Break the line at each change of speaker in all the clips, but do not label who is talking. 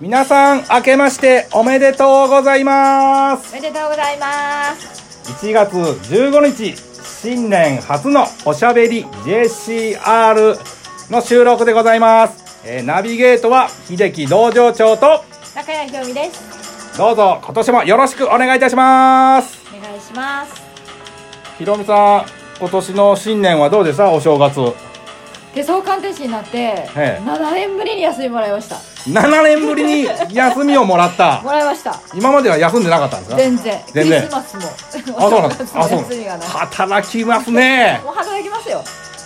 皆さん、明けましておめでとうございます。
おめでとうございます。
1月15日、新年初のおしゃべり JCR の収録でございます。えーナビゲートは秀樹道場長と、
中谷ひろみです。
どうぞ今年もよろしくお願いいたします。
お願いします。
ひろみさん、今年の新年はどうでしたお正月。
手相鑑定士になって、
ええ
7年ぶりに休みもらいました。
7年ぶりに休みをもらった。
もらいました。
今までは休んでなかったんですか
全然。
全然
クリスマスも。
あ、そうなん
お
です。
正月も
あ、そうなん
休みが
で
な
す。
い。
働きますね。
もう働きますよ。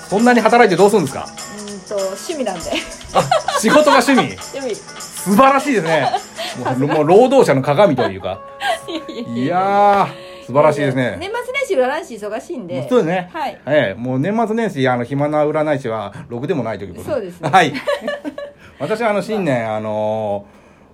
そんなに働いてどうするんですか。
うーんと、趣味なんで。
あ、仕事が趣味。
趣味。
素晴らしいですね。もうもう労働者の鏡というか。いやー、素晴らしいですね。
年末年始占い師忙しいんで。
そうですね。
はい。
ええ、もう年末年始、あの暇な占い師はろくでもないということ
そうですね
はい。 私はあの新年、あの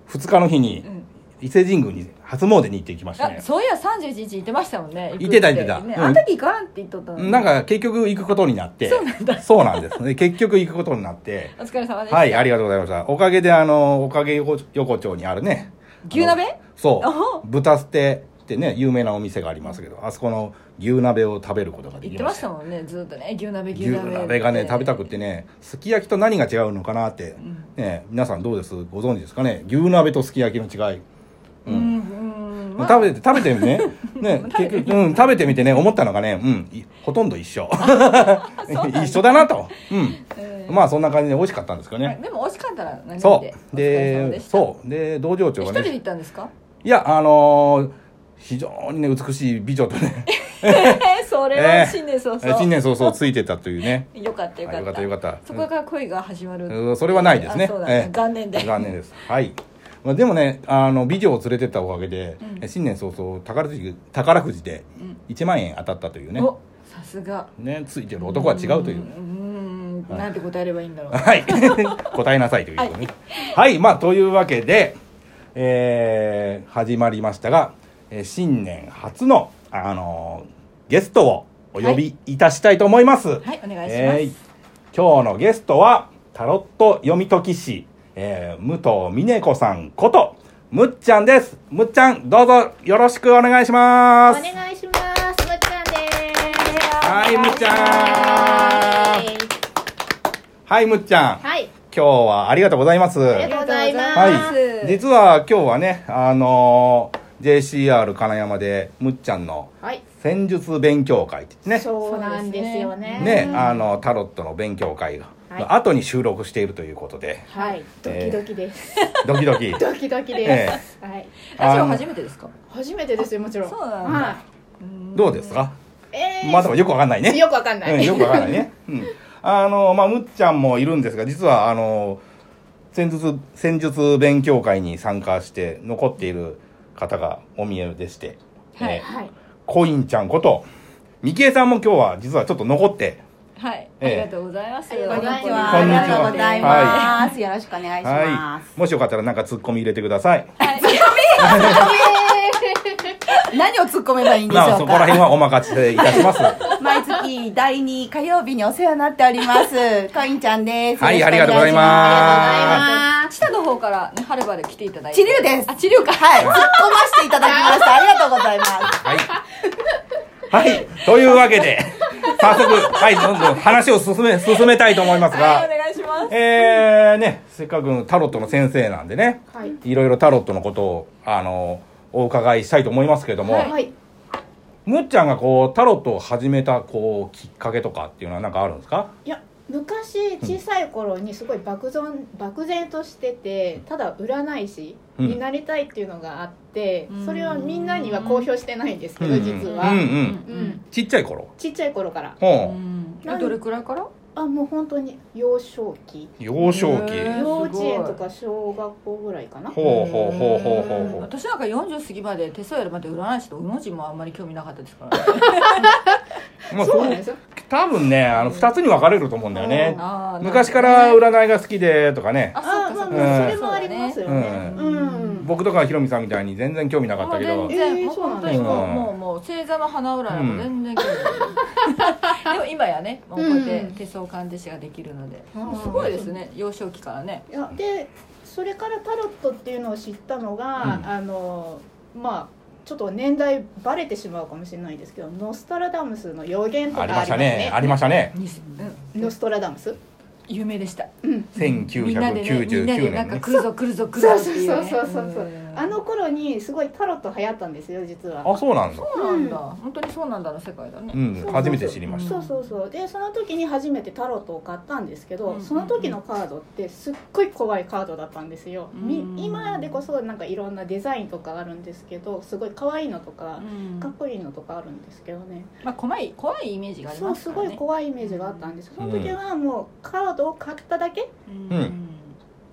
ー、2日の日に
うん
伊勢神宮に初詣に行ってきました
あ
ね。
そういや31日行ってましたもんね
行ってた行ってた
ね
うん
あの時行かんって言っとったのに
なんか結局行くことになって。
そうなんだ
そうなんです。で結局行くことになって。
お疲れ様でした
はい、ありがとうございました。おかげで、あの、おかげ横横丁にあるね。
牛鍋
あのそ
お
う。豚捨てってね、有名なお店がありますけど、あそこの牛鍋を食べることがで
言っ
き
て
ま
ま
し。
したたもんねずっとね牛鍋
牛
牛鍋
鍋がね、食べたくってね、すき焼きと何が違うのかなって、
ん
ね、皆さんどうですご存知ですかね牛鍋とすき焼きの違い。
うんうん、まあ
食べて、食べて ね。ね、結局、うん、食べてみてね、思ったのがね、うん、いほとんど一 緒。 一緒だなと。うん。
えー
まあ、そんな感じで美味しかったんですけどね。
でも美味しかったら何
そ
で
う。で、
お疲れ様でした
そう。で、道場長が
一人で
ね、
行ったんですか
いや、あのー非常にね、美しい美女とね、
えーそれは新年早々、
新年早々ついてたという ね。
よかったよか
あ
った
よかったよかった
そこから恋が始まる、
うんそれはないですね。
あそうなんだ
ええ
元年で
元年です。はい。まあ、でもね、あの、美女を連れてったおかげで、
うん
新年早々、宝くじ、宝くじで
うん
1万円当たったというね。
おさすが
ね、ついてる男は違うというう。
んん
はい
なんて答えればいいんだろう
はい。 答えなさいということね。はい、まあ、というわけで、えー始まりましたが、えー新年初の、あのーゲストをお呼びいたしたいと思います。
はいお願いします、
えー今日のゲストは、タロット読み解き師、えー武藤美音子さんこと、むっちゃんです。むっちゃん、どうぞよろしくお願いし
お
ます。
願いします。むっちゃんで
はい、むっちゃん。
す。
はい、むっちゃん。今
はい。
日はありがとうございます。
ありがとうございます。
はい、実は今日はね、あのー JCR 金山でむっちゃんの
はい。
戦術勉強会って言ってね
そうなんですよね。
ね、あのタロットの勉強会が、
はい
後に収録しているということ で
はい。ドキドキです。
ドキドキ
ドキドキ
え
です。はい。
ラジオ
あの
初めてですか
初めてですよ、もちろん。
そうなんだ
は
どうですか、
い。え
まあでもよくわかんない
ー、
ね
よくわかんな
うん
い。
よくわかんないね、うん、あのまあむっちゃんもいるんですが実はあの戦術戦術勉強会に参加して残っている方がお見えでして、
はい
えー
はい。
コインちゃんこと、ミキエさんも今日は実はちょっと残って、
はい、
ええ
ありがとうございます
こんにちは。
こんにちは
ありがとうございます。よろしくお願いしま
い。もしよかったらなんかツッコミ入れてください。
す。何を突っ込めばいいんでし
まあ
ょ
そうこら
か。
辺はお任せいたします。
毎月第2火曜日にお世話になっております。コインちゃんです。
はい
よろしくお願し
あ
千田の方から、ね、はるばる来ていただいて
治療です
あ治療か
はい。突っ込ませていただきました。ありがとうございます。
はい。はい。というわけで、早速、はい、どんどん話を進め、進めたいと思います
はいお
が、
願いします
えーね、せっかくタロットの先生なんでね、
はい。
いろいろタロットのことを、あの、お伺いしたいと思いますけれども、
はい。
むっちゃんがこう、タロットを始めた、こう、きっかけとかっていうのはなんかあるんですか
いや、昔、小さい頃にすごい漠然、漠然としてて、ただ占い師になりたいっていうのがあって
うん、
それはみんなには公表してないんですけ
う
ど、
ん
実
うん
は。
う
うんん
ちっちゃい頃。
ちっちゃい頃から。
ほう。
えどれくらいから
あ、もう本当に幼少期。
幼少期、
へえー
幼稚園とか小学校ぐらいかな
ほうほうほうほうほうほう
私なんか40過ぎまで手相やるまで占い師と文字もあんまり興味なかったですからね
まあ
そう
そ
なん
う
ですよ
多分ねあの2つに分かれると思うんだよね
あー
昔から占いが好きでとかね
あ
あ
そうかそ
まあ
う
ま
か
あそれもありますよね
う
うんん、
僕とかひろみさんみたいに全然興味なかっ
も
た
う
けど
全然、
えー
もう
そうな
本
ん
当
だ
にもう,、
うん
もうもう星座の花占いも全然興味ない、でも今やねもうこうやって手相鑑定士ができるので、
うん
もうすごいですね幼少期からね
いやでそれからタロットっていうのを知ったのが、
うん
あのまあちょっと年代バレてしまうかもしれないですけどノストラダムスの予言とか
あ
あり
り
ま
ま
し
したたね
ね。
ありましたね。
にうん
ノストラダムス
有名でしたみんなでねみん
1999
なで
年
なんか
ね。
来るぞ来るぞ来る
そ
ぞって
うそう
い
そうう
ね
そうそうそう、
ん
あの頃にすごいタロット流行ったんですよ実は
あ、そうなんだ。
そうなんだ本当にそうなんだの世界だ
う
ね
ん、初めて知りました。
そうそうそうでその時に初めてタロットを買ったんですけど、
うん
その時のカードってすっごい怖いカードだったんですよ、み
うん
今でこそなんかいろんなデザインとかあるんですけどすごい可愛いのとか
う、ん
かっこいいのとかあるんですけどね
まあ怖い怖いイメージがあり
そう
ますすか
ご
ら
い
ね
怖いイメージがあったんですその時はもうカードを買っただけ
う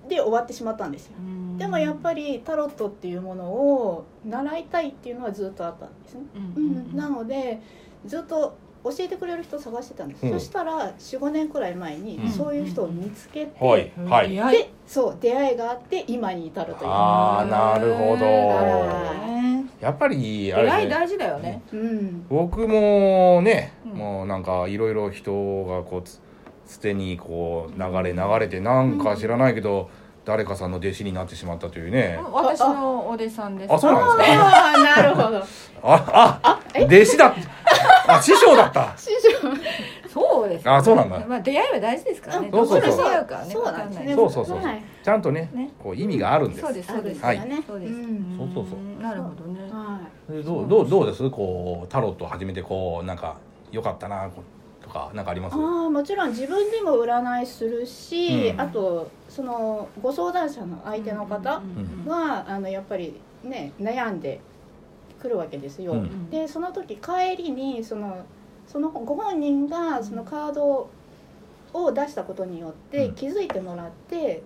で終わってしまったんですよ
うん
でもやっぱりタロットっていうものを習いたいっていうのはずっとあったんですね
うん
う、
うんん
なのでずっと教えてくれる人探してたんです、
うん
そしたら45年くらい前に
うん
そういう人を見つけて、
はい、はい。
出会い
でそう出会いがあって今に至るという、
あーなるほど
ね
やっぱり、あ
出会
れ
い
ね。
大事だよね
うん、
僕もね、
うん
もうなんかいろいろ人がこうつ捨てにこう流れ流れてなんか知らないけど、誰かさんの弟子になってしまったというね、
私のお弟子さんです
あそうなんですか
ああなるほど
ああ弟子だあ師匠だった
師匠
そうです
あそうなんだ
まあ出会いは大事ですからね
そうそうそう
どこで出会うかはね
そう
わ
なん
かん
です
な
ね
い
そうそうそう、
はい
ちゃんとね
ね
こう意味があるんです
そうですそうです
はい
あるんですよ
そう
ね
です
うん
そうそうそうん
なるほどね
は
でどうどうどうですこうタロット始めてこうなんか良かったなこうとかなんかありま
い、
す
ああもちろん自分でも占いするし、
うん
あとそのご相談者の相手の方
う
が、
んうんうん
あのやっぱりね悩んでくるわけですよ、
うん
うん
でその時帰りにそのそのご本人がそのカードを出したことによって
うん
気づいてもらって、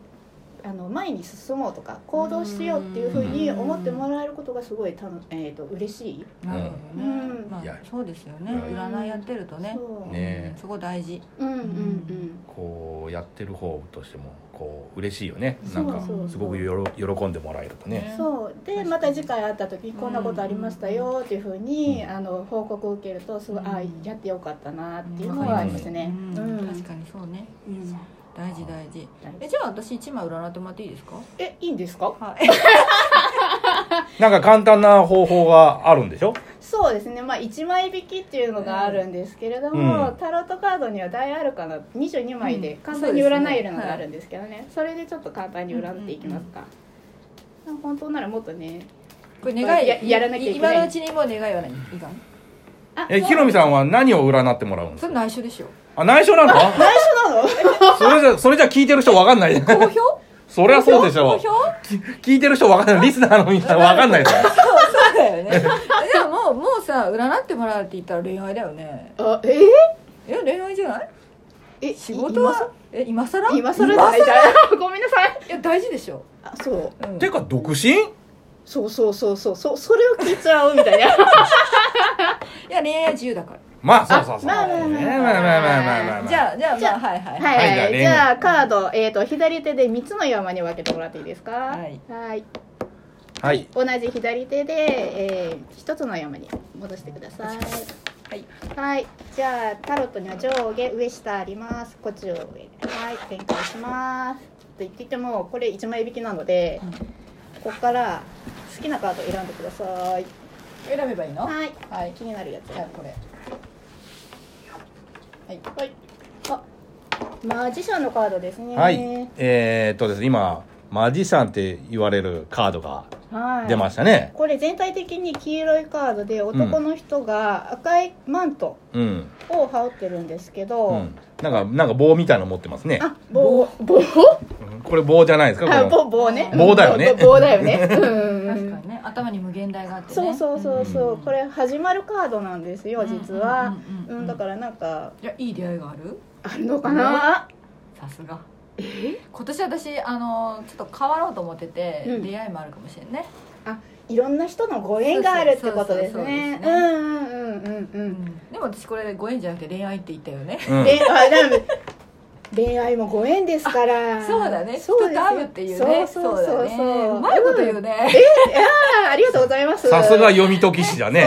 あの前に進もうとか行動しようっていうふうに思ってもらえることがすごいたの、えー、と嬉しい、
なるほどね
うん
ま
いや
あそうですよね
うん
占いやってるとね
そう
ね
うんそこ大事
うんうん
こうやってる方としてもこう嬉しいよねなんか
そうそう
すごくよろ喜んでもらえるとね
うんそうでまた次回会った時にこんなことありましたよっていうふうに、
うん
あの報告を受けるとすごい、
うん
あやってよかったなっていうのはありますね、
うん
うん
確かにそうね
うん
大事大事
大事
えじゃあ私一枚占ってもらっていいですか
えいいんですか
はい
なんか簡単な方法があるんでしょ
そうですね、まあ、1枚引きっていうのがあるんですけれども、
うん
タロットカードには大アルカナ22枚で
うん
簡単に
そうです
占
ね
えるのがあるんですけどね,、それでちょっと簡単に占っていきますか、本当ならもっとね
これ願い
ややらなきゃいけない
今のうちにもう願いはないいかん
あ
え、ひろみさんは何を占ってもらうんです
それ
か
内緒でしょ
あ、内緒なの
最初なの
それじゃ、それじゃ聞いてる人わかん ない。
好評
そりゃそうでしょ
好評。そう
聞いてる人わかんない。リスナーのみんなわかんないですよ。
そうだよね でももうもうさ占ってもらうって言ったら恋愛だよね
あえ
いや恋愛じゃない
え
仕事はえ今更
今更今更じゃない ごめんなさい
いや大事でしょ、
あそう
うん
てか、独身
そうそうそうそうそうそれを聞いちゃうみたいな
いや恋愛は自由だから
まあ、そうそうそう。
あまあまあまあまあ
ねまあまあまあまあまあまあ。
じゃあじゃあ
じゃ
ま
あ
あはいはい
はい、
はいじゃあ
じゃあカード、えー、と左手で3つの山に分けてもらっていいですか
はい
はい
あ、はい。
同じ左手で、えー一つの山に戻してください
はい
はいじゃあタロットには上下上下ありますこっちを上はい展開しますと言っていてもこれ1枚引きなので、
うん
ここから好きなカード選んでください
選べばいいの
はい
はい
気になるやつ
じゃあこれはい
はいあマジシャンのカードですね
はい。えーっとですね、今、マジシャンって言われるカードが
はい
出ましたね。
これ全体的に黄色いカードで男の人が赤いマント
うん。
を羽織ってるんですけど、
うん。なんか、なんか棒みたいなの持ってますね。
あ、棒、棒、
うんこれ棒じゃないですか
あ、
こ
棒、棒ね。
棒だよね
棒棒だよ ね。うん
確かにね頭に無限大があってね
そうそうそうそう、
ん
これ始まるカードなんですよ、実は。
ううんう
うん
んうん
ん、だからなんか、
いやいい出会いがある
あるのかな。
さすが今年私あのちょっと変わろうと思ってて、
うん
出会いもあるかもしれんね、
いろんな人のご縁があるってことですね。う、
そうそうん
うん、うん、う、
うんん、でも私これご縁じゃなくて恋愛って言ったよね
れ。う
うんん。で、あ、でも。恋愛もご縁ですから。
そうだね
そ
人と
うですよ
会うっていうね
そうそう
だ
そう
ね
そう。
うまいこと言うね、
あーありがとうございます。
さすが。読み解き師だ
イ
ね。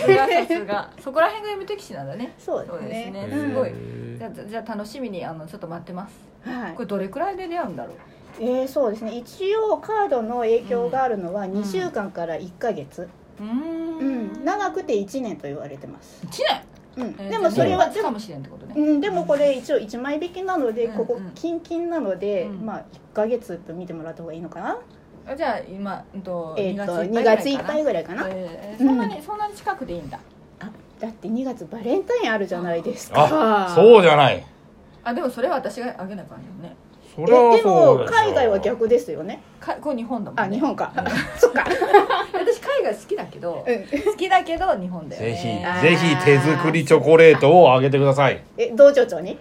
エーイ。
さすがさすがそこら辺が読み解き師なんだね
そうで
そ
すね
う
へ
ですねすごい
ー
じゃあじゃあ楽しみにあのちょっと待ってます
はい
こ。れどれくらいで出会うんだろう
えー、そうですね一応カードの影響があるのは2週間から1ヶ月、
う
うん
ん
長くて1年と言われてます、
1年
うん、
えー
でもそれは
じ
で
ゃあ年末か
も,、
もしれんってことね
うん、でもこれ一応1枚引きなので、
うん
こ
う
こ
ん
キンキンなので、
うん
まあ1ヶ月と見てもらった方がいいのかな、
あじゃあ今うんと
えっ、と2
2
月
月
い
い
っ
っ
ぱ
ぱ
い
いぐらい
ぐらいか
かな
な、
えーそんなにそんなに近くでいいんだ
あだって2月バレンタインあるじゃないですか
あそうじゃない
あでもそれは私があげなきゃいけないよね
そ
え
れは
で
そう
も
でしょ
海外は逆ですよね
かこれ日本だもんね
あ日本か そっか、
私海外好きだけど
うん、
好きだけど日本だよ
ぜ
ね
ひ
あ
ぜひ手作りチョコレートをあげてください
え道場長に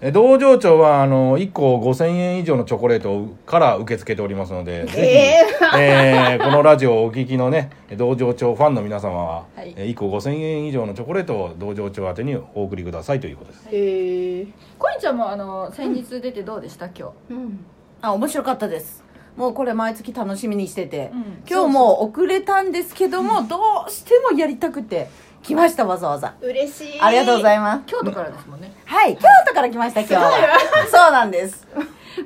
え道場長はあの1個5000円以上のチョコレートから受け付けておりますのでぜひ、
え
えーこのラジオをお聞きのね道場長ファンの皆様は、
はい
え1個5000円以上のチョコレートを道場長宛てにお送りくださいということです
えー
コインちゃんもあの先日出てどうでした今
うん
あ面白かったですもうこれ毎月楽しみにしてて、
うん
今日も遅れたんですけどもどうしてもやりたくて来ましたわざわざ
嬉しい
ありがとうござい
ま
ま
日
す
京都からですもんね
はい京都から来ました今日はそうなんです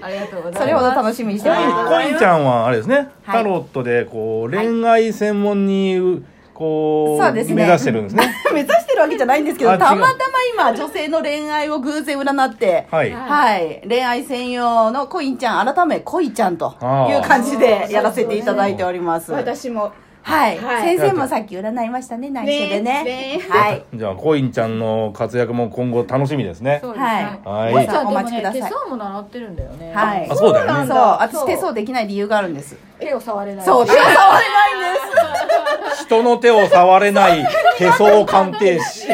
ありがとうございます
それほど楽しみにし
コ
て
イ
ま
ン
す
コインちゃんはあれですね、
はい
タロットでこう恋愛専門にこう
そうですね
目指してるんですね
目指してるわけじゃないんですけ
あ違
ど
う
たまたま今女性の恋愛を偶然占って
はい
はい、恋愛専用のコインちゃん改めコイちゃんと
あ
いう
ー
感じでやらせていただいております
私も
はい、
はい
先生もさっき占いましたね内緒でね
ねね
はい
じゃあコインちゃんの活躍も今後楽しみですね
そうです
はい
ね
はい
コインちゃん
お
でも
待ちく
ね
だ
手
さい
相も習ってるんだよね
はい
あそうだよ
そう
ね
私手相できない理由があるんです
手を触れない
そう手相はないんです
人の手を触れない手相鑑定士う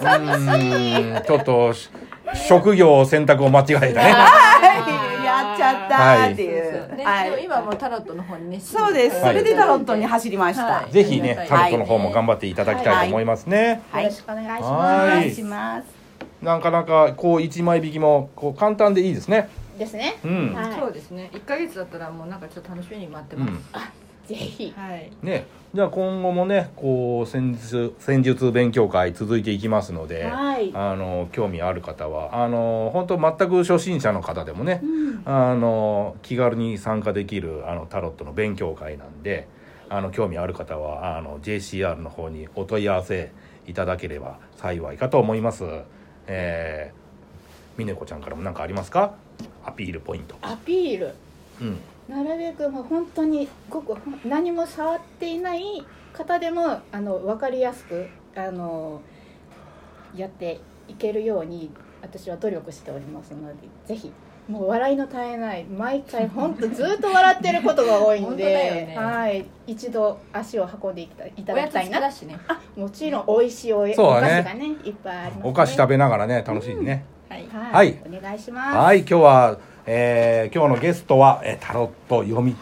ーんちょっとし職業選択を間違えたね
はい やっちゃったってい
そう
う
そうね
は
でも
い
今もうタロットの方にね
そうですそれでタロットに走りました
はい
ぜひね
はい
タロットの方も頑張っていただきたいと思いますね、
はい
よろしくお願いし
は
お
ま
い
願いします
なかなかこう一枚引きもこう簡単でいいですね
すですね
うん、
は
そうですね1ヶ月だったらもうなんかちょっと楽しみに待って
う
ます、
ん
ぜひ
はい
ねじゃあ今後もねこう戦術戦術勉強会続いていきますので、
はい
あの興味ある方はあの本当全く初心者の方でもね、あの気軽に参加できるあのタロットの勉強会なんであの興味ある方はあの JCR の方にお問い合わせいただければ幸いかと思います。えー、みねこちゃんからも何かありますかアピールポイント。
アピール
うん、
なるべくもう本当にごくほん何も触っていない方でもあの分かりやすくあのやっていけるように私は努力しておりますのでぜひもう笑いの絶えない毎 回本当ずっと笑ってることが多いん
本当だよ
で、
ね
はい一度足を運んでいたいた
お
だ
や
き
つ
た
好
い
き
な
だしね
もちろん美味しいお,、
そう
お菓
だね
子がねいっぱいあります、ね、
お菓子食べながらね楽しいね。
はい
はい、お願いします、
はい、今日は、えー今日のゲストは、えータロット読み、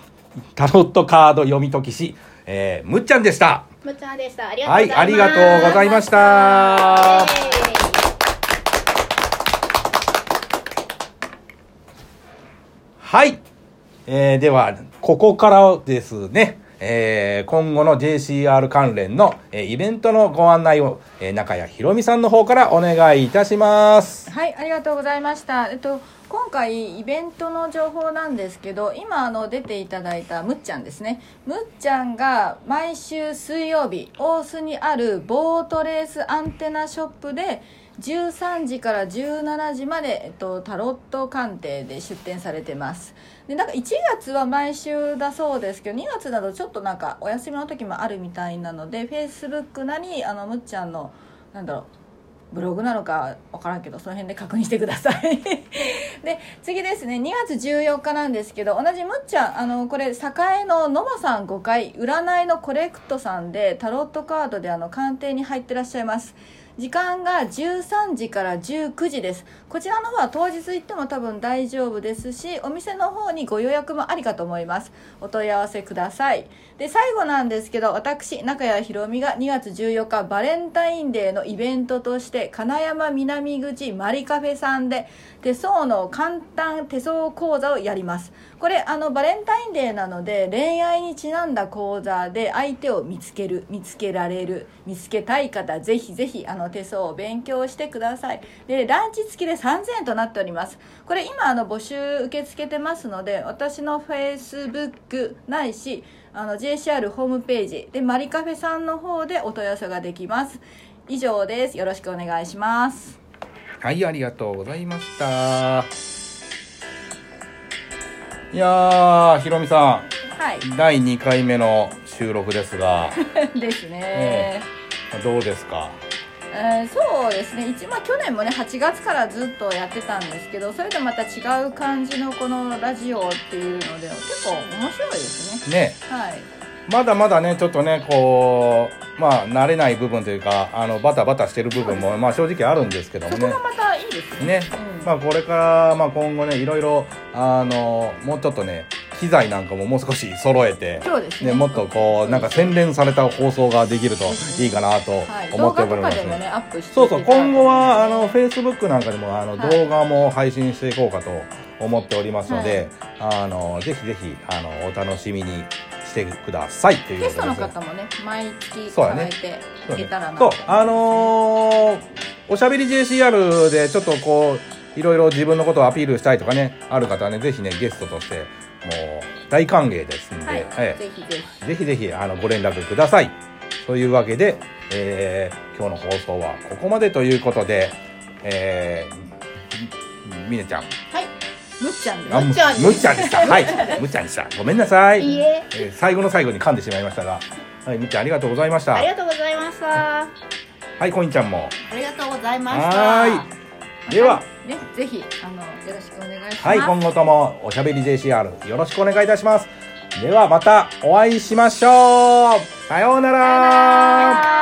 タロットカード読み解き師、えーむっちゃんでした。
むっちゃんでしたありがとうご
は
ざい
い、あり
ます、
がとうございました。
イエーイ
はい、えーではここからですね、えー今後の JCR 関連の、えーイベントのご案内を、えー中谷ひろみさんの方からお願いいたします。
はい、ありがとうございました。えっと今回イベントの情報なんですけど、今あの出ていただいたむっちゃんですね。むっちゃんが毎週水曜日大須にあるボートレースアンテナショップで13時から17時までえっとタロット鑑定で出店されてます。でなんか1月は毎週だそうですけど2月などちょっとなんかお休みの時もあるみたいなので Facebook なりあのむっちゃんのなんだろうブログなのかわからんけどその辺で確認してください で次ですね2月14日なんですけど同じむっちゃんあのこれ栄ののまさん5回占いのコレクトさんでタロットカードであの鑑定に入ってらっしゃいます時間が13時から19時ですこちらの方は当日行っても多分大丈夫ですしお店の方にご予約もありかと思いますお問い合わせくださいで最後なんですけど私中谷ひろみが2月14日バレンタインデーのイベントとして金山南口マリカフェさんで手相の簡単手相講座をやりますこれあのバレンタインデーなので恋愛にちなんだ講座で相手を見つける見つけられる見つけたい方ぜひぜひあのの手相を勉強してくださいでランチ付きで3000円となっておりますこれ今あの募集受け付けてますので私のフェイスブックないしあの JCR ホームページでマリカフェさんの方でお問い合わせができます以上ですよろしくお願いします
はい、ありがとうございました。いやー、ひろみさ
はい
ん、第2回目の収録ですが、
ですね、
えどうですか
えーそうですね一まあ去年もね8月からずっとやってたんですけどそれとまた違う感じのこのラジオっていうので結構面白いですね
ね、
はい
まだまだね、ちょっとね、こう、まあ、慣れない部分というか、あの、バタバタしてる部分も、まあ、正直あるんですけども
そこ
ね
が。またいいです
ね、
ね
まあ、これから、まあ、今後ね、いろいろ、あの、もうちょっとね、機材なんかももう少し揃えて、
そうですね
ね、もっとこう、なんか洗練された放送ができるといいかなと
はい、
思
動
って
画
お
と
り
か
ます
で
ね、
もねアップしてい
そうそう、
けたら
今後は、あの、Facebook なんかでも、あの、
はい
動画も配信していこうかと思っておりますので、あの、ぜひぜひ、あの、お楽しみにしてくださいというこ
ゲ
と
ス
ですね
トの方もね毎月
そうだ
変
ね
えて
そ
いうけ
ね
たらな
そう
と、
あのーおしゃべり JCR でちょっとこういろいろ自分のことをアピールしたいとかねある方はねぜひねゲストとしてもう大歓迎ですんで、
はい、
え
ぜひぜひ
えぜひぜひあのご連絡くださいというわけで、えー今日の放送はここまでということで、えー、みねちゃん
むっちゃんで
あむ
す
むっちゃんに
むっちゃんでしたはいむっちゃんでしたごめんなさい
いいえ
えー最後の最後に噛んでしまいましたが、はい、みっちゃんありがとうございました
ありがとうございました。
はいこいんちゃんも
ありがとうございました
はーいでは、
ねぜひあのよろしくお願いします、
はい、今後ともおしゃべり JCR よろしくお願いいたします。ではまたお会いしましょう。さようなら。